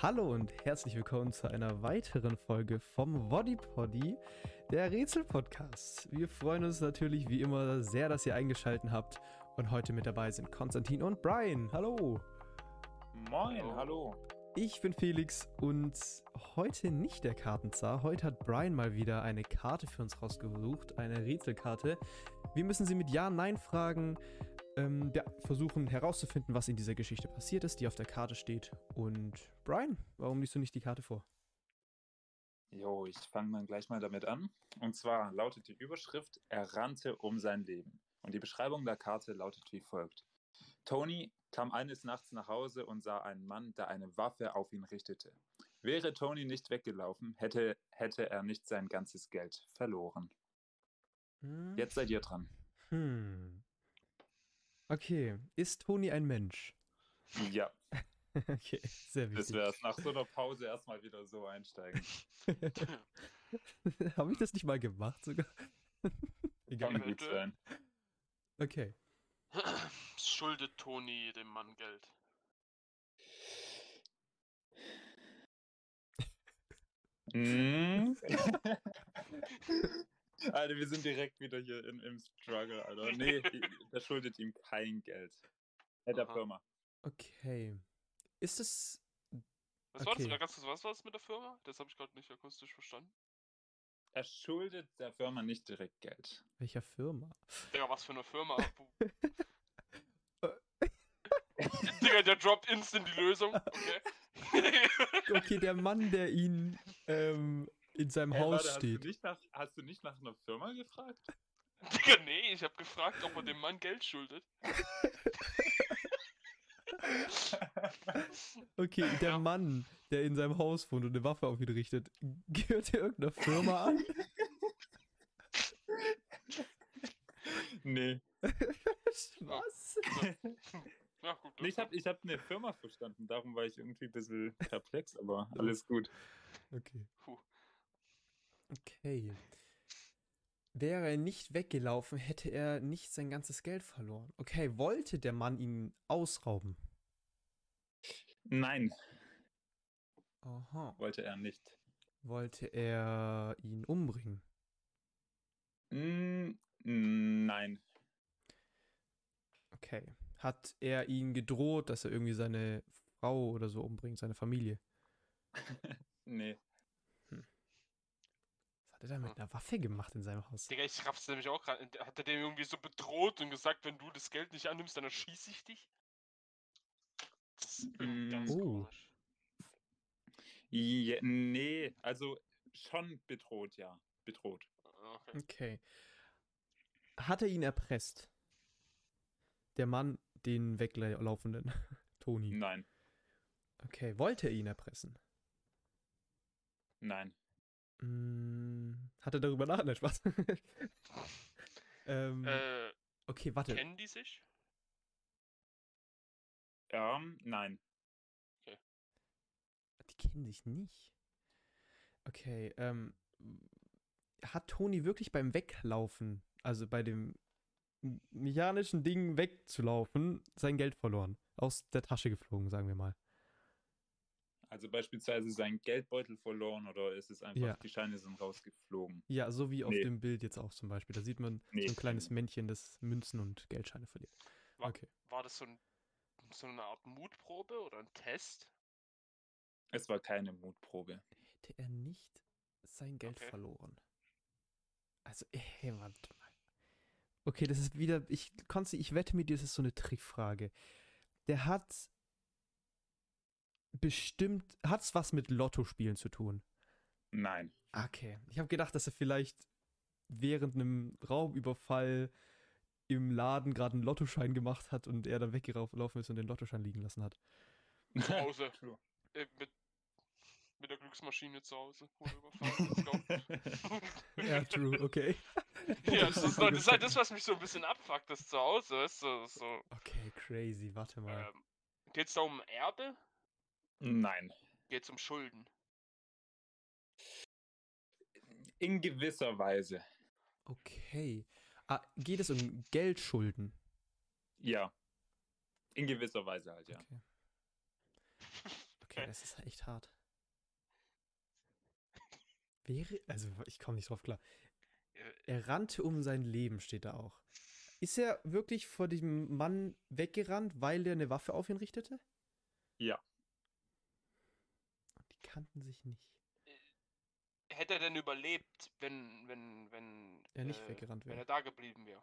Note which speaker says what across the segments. Speaker 1: Hallo und herzlich willkommen zu einer weiteren Folge vom Wodipoddy, der Rätsel-Podcast. Wir freuen uns natürlich wie immer sehr, dass ihr eingeschalten habt. Und heute mit dabei sind Konstantin und Brian. Hallo!
Speaker 2: Moin, hallo.
Speaker 1: Ich bin Felix und heute nicht der Kartenzar. Heute hat Brian mal wieder eine Karte für uns rausgesucht, eine Rätselkarte. Wir müssen sie mit Ja-Nein-Fragen ähm, ja, versuchen herauszufinden, was in dieser Geschichte passiert ist, die auf der Karte steht. Und Brian, warum liest du nicht die Karte vor?
Speaker 2: Jo, ich fange dann gleich mal damit an. Und zwar lautet die Überschrift: Er rannte um sein Leben. Und die Beschreibung der Karte lautet wie folgt: Tony kam eines Nachts nach Hause und sah einen Mann, der eine Waffe auf ihn richtete. Wäre Tony nicht weggelaufen, hätte, hätte er nicht sein ganzes Geld verloren.
Speaker 1: Hm.
Speaker 2: Jetzt seid ihr dran.
Speaker 1: Hm. Okay, ist Toni ein Mensch?
Speaker 2: Ja,
Speaker 1: okay, sehr
Speaker 2: das
Speaker 1: wichtig.
Speaker 2: wäre nach so einer Pause erstmal wieder so einsteigen.
Speaker 1: Habe ich das nicht mal gemacht sogar?
Speaker 2: Kann
Speaker 1: Egal.
Speaker 2: gut sein.
Speaker 1: Okay.
Speaker 3: Schuldet Toni dem Mann Geld.
Speaker 2: Mm. Alter, wir sind direkt wieder hier in, im Struggle, Alter. Nee, der schuldet ihm kein Geld. Äh, der
Speaker 3: Aha.
Speaker 2: Firma.
Speaker 1: Okay. Ist es.
Speaker 3: Was war das?
Speaker 1: Okay.
Speaker 3: Ja, ganz kurz, was war das mit der Firma? Das habe ich gerade nicht akustisch verstanden.
Speaker 2: Er schuldet der Firma nicht direkt Geld.
Speaker 1: Welcher Firma?
Speaker 3: Digga, was für eine Firma? Wo- Digga, der droppt instant die Lösung. Okay.
Speaker 1: Okay, der Mann, der ihn ähm, in seinem
Speaker 2: Hey,
Speaker 1: Haus
Speaker 2: warte, Hast
Speaker 1: steht.
Speaker 2: du, nicht nach, hast du nicht nach einer Firma gefragt?
Speaker 3: Digga, nee, ich habe gefragt, ob er dem Mann Geld schuldet.
Speaker 1: Okay, der
Speaker 3: Ja.
Speaker 1: Mann, der in seinem Haus wohnt und eine Waffe auf ihn richtet, gehört er irgendeiner Firma an?
Speaker 2: nee.
Speaker 1: Was?
Speaker 3: Ja, gut.
Speaker 2: nee ich habe ich hab eine Firma verstanden, darum war ich irgendwie ein bisschen perplex, aber alles gut.
Speaker 1: Okay.
Speaker 3: Puh.
Speaker 1: Okay. Wäre er nicht weggelaufen, hätte er nicht sein ganzes Geld verloren. Okay, wollte der Mann ihn ausrauben?
Speaker 2: Nein,
Speaker 1: Aha.
Speaker 2: wollte er nicht.
Speaker 1: Wollte er ihn umbringen?
Speaker 2: Mm, mm, nein.
Speaker 1: Okay. Hat er ihn gedroht, dass er irgendwie seine Frau oder so umbringt, seine Familie?
Speaker 2: Nee.
Speaker 1: Was hat er da mit
Speaker 3: Hm.
Speaker 1: einer Waffe gemacht in seinem Haus?
Speaker 3: Digga, ich raff's nämlich auch gerade. Hat er den irgendwie so bedroht und gesagt, wenn du das Geld nicht annimmst, dann erschieße ich dich? Das ist irgendwie
Speaker 2: Mm.
Speaker 3: ganz
Speaker 1: Oh.
Speaker 3: komisch.
Speaker 2: Ja, nee, also schon bedroht, ja. Bedroht.
Speaker 3: Okay.
Speaker 1: Okay. Hat er ihn erpresst? Der Mann, den weglaufenden Toni.
Speaker 2: Nein,
Speaker 1: Okay, wollte er ihn erpressen?
Speaker 2: nein.
Speaker 1: Mm, Hat er darüber nach? Nein, Spaß.
Speaker 2: Mm.
Speaker 1: ähm,
Speaker 3: Äh,
Speaker 1: okay, warte.
Speaker 3: kennen die sich?
Speaker 2: Ähm, nein.
Speaker 1: Die kennen sich nicht. Okay, ähm, hat Toni wirklich beim Weglaufen, also bei dem m- mechanischen Ding wegzulaufen, sein Geld verloren? Aus der Tasche geflogen, sagen wir mal.
Speaker 2: Also beispielsweise seinen Geldbeutel verloren oder ist es einfach,
Speaker 1: Ja.
Speaker 2: die Scheine sind rausgeflogen.
Speaker 1: Ja, so wie auf
Speaker 2: Nee.
Speaker 1: dem Bild jetzt auch zum Beispiel. Da sieht man
Speaker 2: Nee.
Speaker 1: so ein kleines Männchen, das Münzen und Geldscheine verliert.
Speaker 3: Wa-
Speaker 1: Okay.
Speaker 3: War das so, ein, so eine Art Mutprobe oder ein Test?
Speaker 2: Es war keine Mutprobe.
Speaker 1: Hätte er nicht sein Geld
Speaker 3: Okay.
Speaker 1: verloren? Also, ey, warte mal. Okay, das ist wieder, ich, Konsti, ich wette mit dir, das ist so eine Trickfrage. Der hat bestimmt, hat's was mit Lottospielen zu tun?
Speaker 2: Nein.
Speaker 1: Okay, ich habe gedacht, dass er vielleicht während einem Raubüberfall im Laden gerade einen Lottoschein gemacht hat und er dann weggelaufen ist und den Lottoschein liegen lassen hat.
Speaker 3: Zu Hause.
Speaker 2: Klar.
Speaker 3: äh, mit, mit der Glücksmaschine zu Hause. Wurde überfahren. let's go.
Speaker 1: Ja, true, okay.
Speaker 3: ja, das ist, das ist halt das, was mich so ein bisschen abfuckt, das zu Hause. Weißt du, so,
Speaker 1: Okay, crazy, warte mal.
Speaker 3: ähm, geht's da um Erbe?
Speaker 2: Nein.
Speaker 3: Geht's um Schulden?
Speaker 2: In gewisser Weise.
Speaker 1: Okay. Ah, geht es um Geldschulden?
Speaker 2: Ja. In gewisser Weise halt, ja.
Speaker 1: Okay. Okay, das ist echt hart. Wäre, also ich komme nicht drauf klar.
Speaker 3: Äh,
Speaker 1: Er rannte um sein Leben, steht da auch. Ist er wirklich vor dem Mann weggerannt, weil der eine Waffe auf ihn richtete?
Speaker 2: Ja.
Speaker 1: Und die kannten sich nicht.
Speaker 3: Hätte er denn überlebt, wenn, wenn, wenn. äh,
Speaker 1: Er nicht weggerannt
Speaker 3: Wenn
Speaker 1: wäre.
Speaker 3: er da geblieben wäre.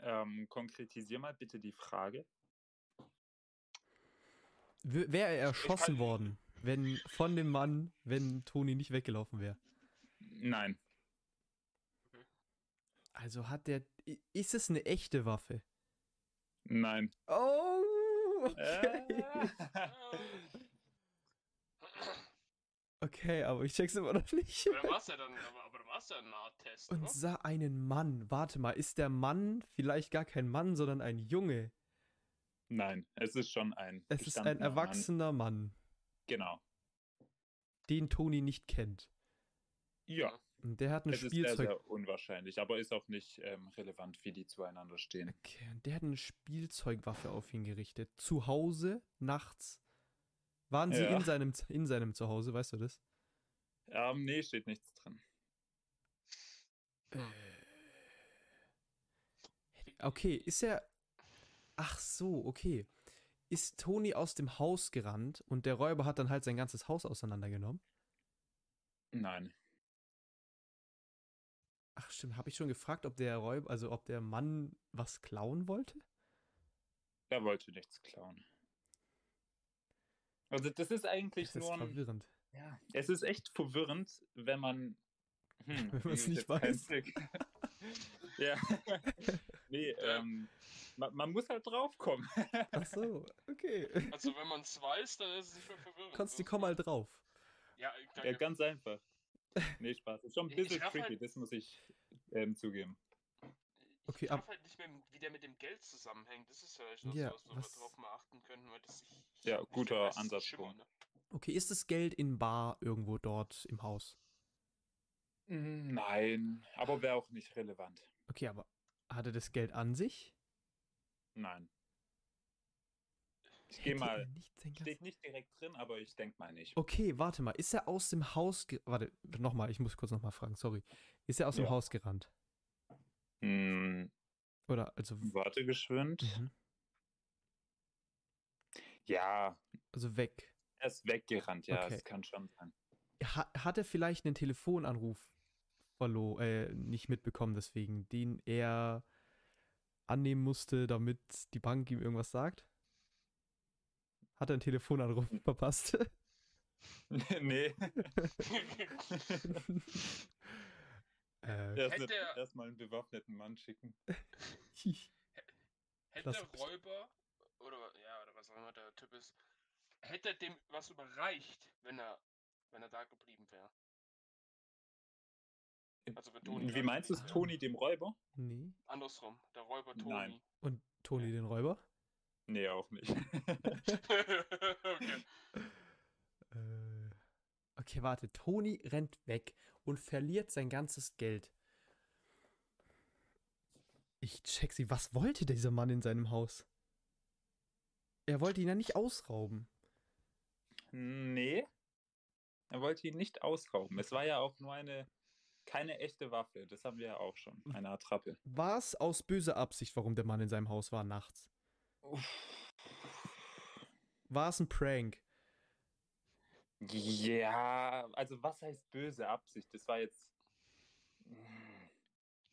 Speaker 2: Ähm, konkretisier mal bitte die Frage.
Speaker 1: W- Wäre er
Speaker 3: Ich- ich
Speaker 1: erschossen
Speaker 3: kann-
Speaker 1: worden, wenn von dem Mann, wenn Toni nicht weggelaufen wäre?
Speaker 2: Nein,
Speaker 1: Also hat der. i- Ist es eine echte Waffe?
Speaker 2: nein. Äh.
Speaker 1: Oh! Okay. okay, aber ich check's immer noch nicht.
Speaker 3: Aber dann war es ja dann, aber, aber dann war es ja ein Nahtest,
Speaker 1: Und
Speaker 3: oder?
Speaker 1: sah einen Mann. Warte mal, ist der Mann vielleicht gar kein Mann, sondern ein Junge?
Speaker 2: nein, es ist schon ein.
Speaker 1: Es ist ein
Speaker 2: gestandener Mann.
Speaker 1: erwachsener Mann,
Speaker 2: Genau.
Speaker 1: den Toni nicht kennt.
Speaker 2: Ja,
Speaker 1: Und der hat ein
Speaker 2: es ist sehr,
Speaker 1: Spielzeug.
Speaker 2: sehr unwahrscheinlich, aber ist auch nicht ähm, relevant, wie die zueinander stehen.
Speaker 1: Okay, und der hat eine Spielzeugwaffe auf ihn gerichtet. Zu Hause, nachts. Waren sie
Speaker 2: Ja.
Speaker 1: in, seinem, in seinem Zuhause, weißt du das?
Speaker 2: Ähm, nee, steht nichts drin.
Speaker 1: Okay, ist er. Ach so, okay. Ist Toni aus dem Haus gerannt und der Räuber hat dann halt sein ganzes Haus auseinandergenommen?
Speaker 2: Nein.
Speaker 1: Ach stimmt, habe ich schon gefragt, ob der Räuber, also ob der Mann was klauen wollte?
Speaker 2: Er wollte nichts klauen. Also das ist eigentlich
Speaker 1: Das ist
Speaker 2: nur ein,
Speaker 1: verwirrend.
Speaker 2: ja. Es ist echt verwirrend, wenn man
Speaker 1: Wenn man's
Speaker 2: hm, krieg ich
Speaker 1: nicht
Speaker 2: jetzt keinen
Speaker 1: weiß.
Speaker 2: Blick. ja. nee, ähm, man, man muss halt draufkommen.
Speaker 1: Ach so, okay.
Speaker 3: Also wenn man es weiß, dann ist es nicht mehr verwirrend.
Speaker 1: Konntest die
Speaker 3: Das-
Speaker 1: komm mal drauf.
Speaker 3: Ja, äh,
Speaker 2: Ja,
Speaker 3: danke.
Speaker 2: ganz einfach. Nee, Spaß. Ist schon ein
Speaker 3: Ich-
Speaker 2: bisschen
Speaker 3: ich raff
Speaker 2: tricky,
Speaker 3: halt-
Speaker 2: das muss ich ähm, zugeben.
Speaker 1: Okay,
Speaker 3: ich
Speaker 1: ab-
Speaker 3: darf halt nicht mehr, wie der mit dem Geld zusammenhängt. Das ist vielleicht noch
Speaker 1: Ja,
Speaker 3: so, was wir
Speaker 1: was-
Speaker 3: drauf mal achten können, weil das ich, ich
Speaker 2: Ja,
Speaker 3: hab nicht
Speaker 2: guter
Speaker 3: den weißesten
Speaker 2: Ansatzpunkt.
Speaker 3: Schimmer, ne?
Speaker 1: Okay, ist das Geld in Bar irgendwo dort im Haus?
Speaker 2: Mm, Nein, aber wäre auch nicht relevant.
Speaker 1: Okay, aber hat er das Geld an sich?
Speaker 2: Nein. Ich gehe
Speaker 1: Hätte er
Speaker 2: mal.
Speaker 1: Nicht sein ganzes-
Speaker 2: Steht nicht direkt drin, aber ich denke mal nicht.
Speaker 1: okay, warte mal. Ist er aus dem Haus. Ge warte, nochmal. Ich muss kurz nochmal fragen. Sorry. Ist er aus dem
Speaker 2: Ja.
Speaker 1: Haus gerannt?
Speaker 2: Hm,
Speaker 1: Oder, also.
Speaker 2: warte geschwind.
Speaker 1: Mhm.
Speaker 2: Ja,
Speaker 1: Also weg.
Speaker 2: er ist weggerannt, ja,
Speaker 1: Okay.
Speaker 2: das kann schon sein.
Speaker 1: Ha hat er vielleicht einen Telefonanruf verlo äh, nicht mitbekommen, deswegen, den er annehmen musste, damit die Bank ihm irgendwas sagt? Hat er einen Telefonanruf
Speaker 2: Hm.
Speaker 1: verpasst?
Speaker 2: nee,
Speaker 1: äh,
Speaker 2: erstmal
Speaker 3: Hätte er-
Speaker 2: erst mal einen bewaffneten Mann schicken.
Speaker 3: Hätte
Speaker 1: Lass-
Speaker 3: der Räuber oder ja, oder was auch immer der Typ ist, hätte er dem was überreicht, wenn er wenn er da geblieben wäre. Also wenn Toni
Speaker 2: Wie
Speaker 3: da
Speaker 2: meinst du es,
Speaker 3: geblieben
Speaker 2: Toni dem Räuber?
Speaker 1: nee.
Speaker 3: wäre. Andersrum, der Räuber Toni.
Speaker 2: Nein.
Speaker 1: Und Toni den Räuber?
Speaker 2: Nee, auch nicht.
Speaker 3: okay.
Speaker 1: Äh, okay, warte. Toni rennt weg und verliert sein ganzes Geld. Ich check sie. Was wollte dieser Mann in seinem Haus? Er wollte ihn ja nicht ausrauben.
Speaker 2: nee, er wollte ihn nicht ausrauben. Es war ja auch nur eine, keine echte Waffe, das haben wir ja auch schon, eine Attrappe.
Speaker 1: War es aus böser Absicht, warum der Mann in seinem Haus war nachts? War es ein Prank?
Speaker 2: Ja, also was heißt böse Absicht? Das war jetzt. hm,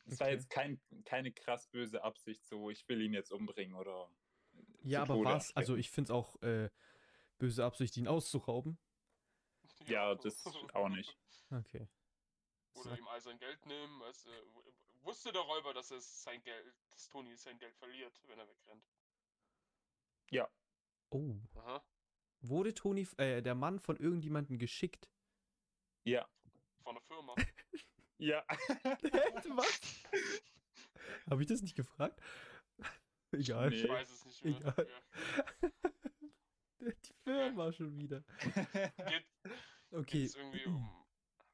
Speaker 2: Das war
Speaker 1: Okay.
Speaker 2: jetzt kein, keine krass böse Absicht, so ich will ihn jetzt umbringen oder.
Speaker 1: Ja, aber
Speaker 2: zu Tode
Speaker 1: war es,
Speaker 2: erschrecken.
Speaker 1: also ich finde es auch äh, böse Absicht, ihn auszurauben.
Speaker 2: Ja, das auch nicht.
Speaker 1: Okay.
Speaker 3: Oder ihm all sein Geld nehmen. Weißt, du, w- wusste der Räuber, dass es sein Geld, dass Toni sein Geld verliert, wenn er wegrennt.
Speaker 1: Oh.
Speaker 3: Aha.
Speaker 1: Wurde Toni, äh, der Mann von irgendjemandem geschickt?
Speaker 2: Ja.
Speaker 3: Von der Firma.
Speaker 2: Ja.
Speaker 1: Was? Habe ich das nicht gefragt? Egal.
Speaker 3: Ich
Speaker 2: Nee.
Speaker 3: weiß es nicht mehr.
Speaker 1: Egal. Die Firma schon wieder.
Speaker 3: Ja. Geht,
Speaker 1: Okay.
Speaker 3: geht's irgendwie um.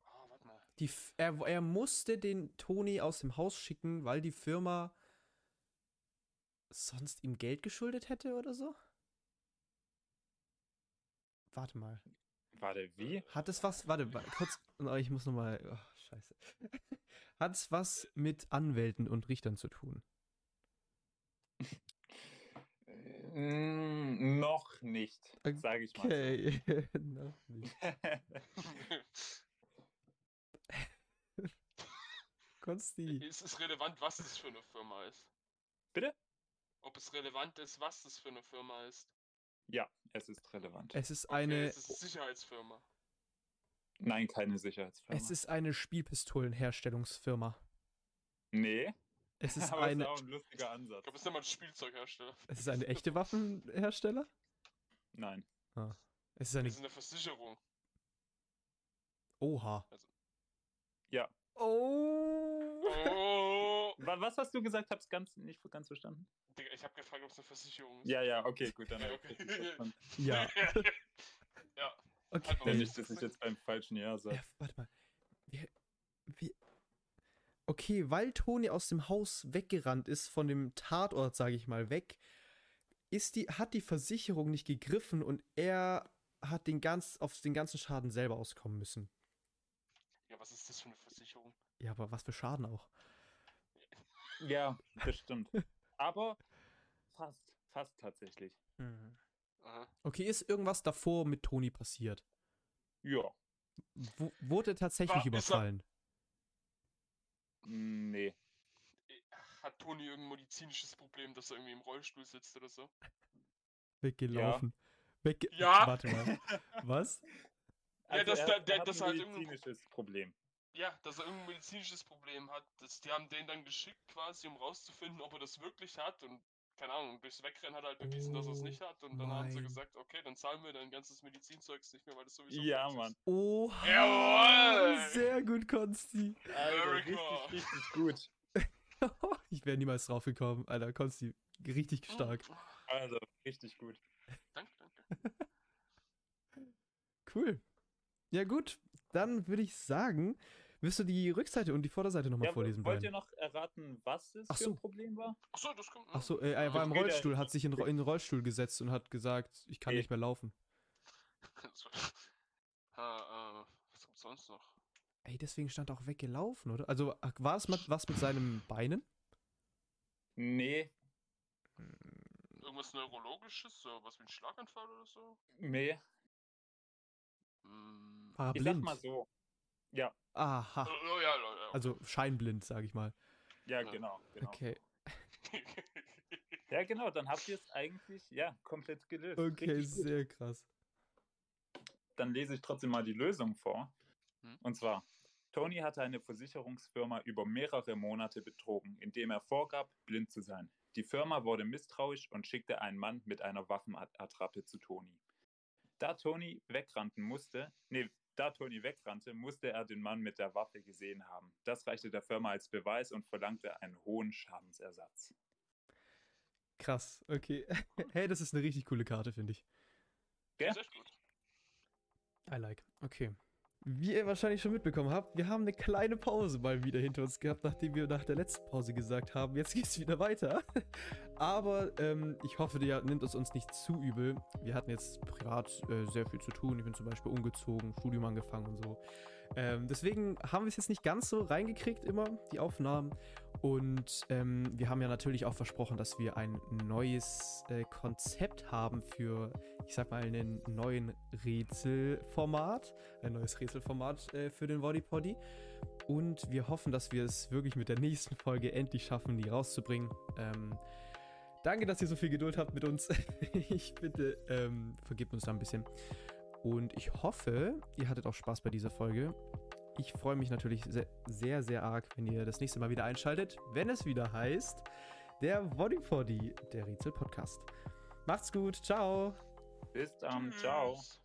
Speaker 3: Ah, warte mal.
Speaker 1: Die F er, er musste den Toni aus dem Haus schicken, weil die Firma sonst ihm Geld geschuldet hätte oder so? Warte mal.
Speaker 2: Warte, wie?
Speaker 1: Hat es was, warte, wa- kurz, oh, ich muss nochmal, oh, scheiße. Hat es was mit Anwälten und Richtern zu tun?
Speaker 2: Mm, noch nicht, sage ich mal. so.
Speaker 1: Okay. Noch nicht. Konsti.
Speaker 3: ist es relevant, was es für eine Firma ist?
Speaker 2: Bitte?
Speaker 3: Ob es relevant ist, was es für eine Firma ist?
Speaker 2: ja, es ist relevant.
Speaker 1: Es ist
Speaker 3: Okay,
Speaker 1: eine,
Speaker 3: Es ist Sicherheitsfirma.
Speaker 2: Nein, keine Sicherheitsfirma.
Speaker 1: es ist eine Spielpistolenherstellungsfirma.
Speaker 2: nee,
Speaker 1: Es ist
Speaker 2: aber es
Speaker 1: eine,
Speaker 2: ist auch ein lustiger
Speaker 3: Ich
Speaker 2: Ansatz.
Speaker 3: glaube, es ist immer ein Spielzeughersteller.
Speaker 1: es ist eine echte Waffenhersteller?
Speaker 2: Nein.
Speaker 1: Es ist eine,
Speaker 3: Es ist eine Versicherung.
Speaker 1: oha.
Speaker 2: Ja.
Speaker 1: Oh.
Speaker 3: Oh!
Speaker 2: Wa- Was hast du gesagt? Hab's ganz nicht ganz verstanden.
Speaker 3: Digga, ich habe gefragt, ob es eine Versicherung ist.
Speaker 2: Ja, ja, okay, gut, dann
Speaker 3: Ja,
Speaker 2: hab ich
Speaker 3: okay.
Speaker 2: richtig verstanden.
Speaker 3: Also,
Speaker 1: Ja,
Speaker 3: ja.
Speaker 1: okay.
Speaker 2: Ja,
Speaker 3: Nee.
Speaker 2: nicht, dass ich jetzt beim falschen Jahr
Speaker 1: Ja,
Speaker 2: sage.
Speaker 1: warte mal. Wir, wir, okay, weil Toni aus dem Haus weggerannt ist, von dem Tatort, sage ich mal, weg, ist die, hat die Versicherung nicht gegriffen und er hat den ganz, auf den ganzen Schaden selber auskommen müssen.
Speaker 3: ja, was ist das für eine Versicherung?
Speaker 1: Ja, aber was für Schaden auch.
Speaker 2: Ja, das stimmt. Aber fast, fast tatsächlich.
Speaker 3: Aha.
Speaker 1: Okay, ist irgendwas davor mit Toni passiert?
Speaker 2: Ja,
Speaker 1: Wo, wurde er tatsächlich
Speaker 3: War- ist er-
Speaker 1: überfallen?
Speaker 2: mm, nee,
Speaker 3: Hat Toni irgendein medizinisches Problem, dass er irgendwie im Rollstuhl sitzt oder so?
Speaker 1: Weggelaufen. Wegge
Speaker 3: Ja.
Speaker 1: Warte mal. Was?
Speaker 3: Ja, das-
Speaker 2: Also er-
Speaker 3: da-
Speaker 2: er
Speaker 3: da-
Speaker 2: hat
Speaker 3: das
Speaker 2: ein
Speaker 3: halt irgendwo-
Speaker 2: medizinisches Problem.
Speaker 3: Ja, dass er irgendein medizinisches Problem hat. Das, die haben den dann geschickt quasi, um rauszufinden, ob er das wirklich hat. Und keine Ahnung, durchs Wegrennen hat er halt bewiesen, dass er es
Speaker 1: Oh
Speaker 3: nicht hat. Und dann haben sie
Speaker 1: mein-
Speaker 3: gesagt, okay, dann zahlen wir dein ganzes Medizinzeugs nicht mehr, weil das sowieso
Speaker 2: Ja,
Speaker 3: Quatsch
Speaker 2: Mann.
Speaker 3: ist.
Speaker 1: Oha!
Speaker 3: Jawohl!
Speaker 1: Oh, Sehr gut, Konsti.
Speaker 2: Alter, Also richtig,
Speaker 3: America.
Speaker 2: richtig gut.
Speaker 1: Ich wäre niemals drauf gekommen, Alter. Konsti, richtig stark.
Speaker 2: Also, richtig gut.
Speaker 3: Hm. Danke, danke.
Speaker 1: Cool. Ja, gut. Dann würde ich sagen, wirst du die Rückseite und die Vorderseite nochmal
Speaker 2: Ja,
Speaker 1: vorlesen,
Speaker 2: wollt ihr
Speaker 1: Brian?
Speaker 2: noch erraten, was es
Speaker 1: Ach
Speaker 2: für
Speaker 1: so.
Speaker 2: ein Problem war?
Speaker 3: Achso, das kommt. noch.
Speaker 1: Achso, äh, er war im
Speaker 2: geht ja-
Speaker 1: Rollstuhl, hat sich in, Ro- in den Rollstuhl gesetzt und hat gesagt, ich kann
Speaker 2: Nee.
Speaker 1: nicht mehr laufen.
Speaker 3: Das war- Ah, äh, was gibt's sonst noch?
Speaker 1: Ey, deswegen stand er auch weggelaufen, oder? Also ach, war es mit, was mit seinen Beinen?
Speaker 2: Nee,
Speaker 3: Irgendwas Neurologisches? So was wie ein Schlaganfall oder so?
Speaker 2: nee.
Speaker 3: Hm.
Speaker 1: War er
Speaker 2: Ich sag
Speaker 1: Ah, blind?
Speaker 2: mal so.
Speaker 1: Aha.
Speaker 3: Oh, oh, ja, ja, ja.
Speaker 1: Also scheinblind, sag ich mal.
Speaker 2: Ja,
Speaker 3: Ja.
Speaker 2: genau. genau.
Speaker 1: Okay.
Speaker 2: Ja, genau, dann habt ihr es eigentlich, ja, komplett gelöst.
Speaker 1: Okay,
Speaker 2: Richtig gut.
Speaker 1: sehr krass.
Speaker 2: dann lese ich trotzdem mal die Lösung vor.
Speaker 3: Hm.
Speaker 2: Und zwar, Tony hatte eine Versicherungsfirma über mehrere Monate betrogen, indem er vorgab, blind zu sein. Die Firma wurde misstrauisch und schickte einen Mann mit einer Waffenattrappe zu Tony. Da Tony wegrannten musste, nee, da Tony wegrannte, musste er den Mann mit der Waffe gesehen haben. Das reichte der Firma als Beweis und verlangte einen hohen Schadensersatz.
Speaker 1: Krass, okay. hey, das ist eine richtig coole Karte, finde ich.
Speaker 2: Ja.
Speaker 3: Sehr gut.
Speaker 1: I like. Okay. Wie ihr wahrscheinlich schon mitbekommen habt, wir haben eine kleine Pause mal wieder hinter uns gehabt, nachdem wir nach der letzten Pause gesagt haben, jetzt geht's wieder weiter. Aber ähm, ich hoffe, ihr nimmt es uns nicht zu übel. Wir hatten jetzt privat äh, sehr viel zu tun. Ich bin zum Beispiel umgezogen, Studium angefangen und so. Ähm, deswegen haben wir es jetzt nicht ganz so reingekriegt, immer die Aufnahmen. Und ähm, wir haben ja natürlich auch versprochen, dass wir ein neues äh, Konzept haben für ich sag mal, einen neuen Rätselformat, ein neues Rätselformat äh, für den Body Poddy. Und wir hoffen, dass wir es wirklich mit der nächsten Folge endlich schaffen, die rauszubringen. Ähm, danke, dass ihr so viel Geduld habt mit uns. ich bitte, ähm, vergebt uns da ein bisschen. Und ich hoffe, ihr hattet auch Spaß bei dieser Folge. Ich freue mich natürlich sehr, sehr, sehr arg, wenn ihr das nächste Mal wieder einschaltet, wenn es wieder heißt, der Body Poddy, der Rätsel-Podcast. Macht's gut, ciao.
Speaker 2: Bis dann, Ähm, ciao.
Speaker 3: Tschüss.